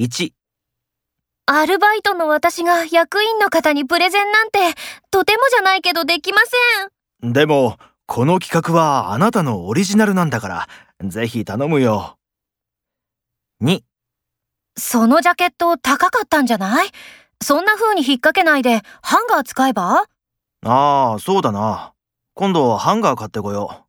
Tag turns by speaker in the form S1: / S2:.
S1: 1、
S2: アルバイトの私が役員の方にプレゼンなんて、とてもじゃないけどできません。
S1: でも、この企画はあなたのオリジナルなんだから、ぜひ頼むよ。2、
S2: そのジャケット高かったんじゃないそんな風に引っ掛けないでハンガー使えば
S1: ああ、そうだな。今度ハンガー買ってこよう。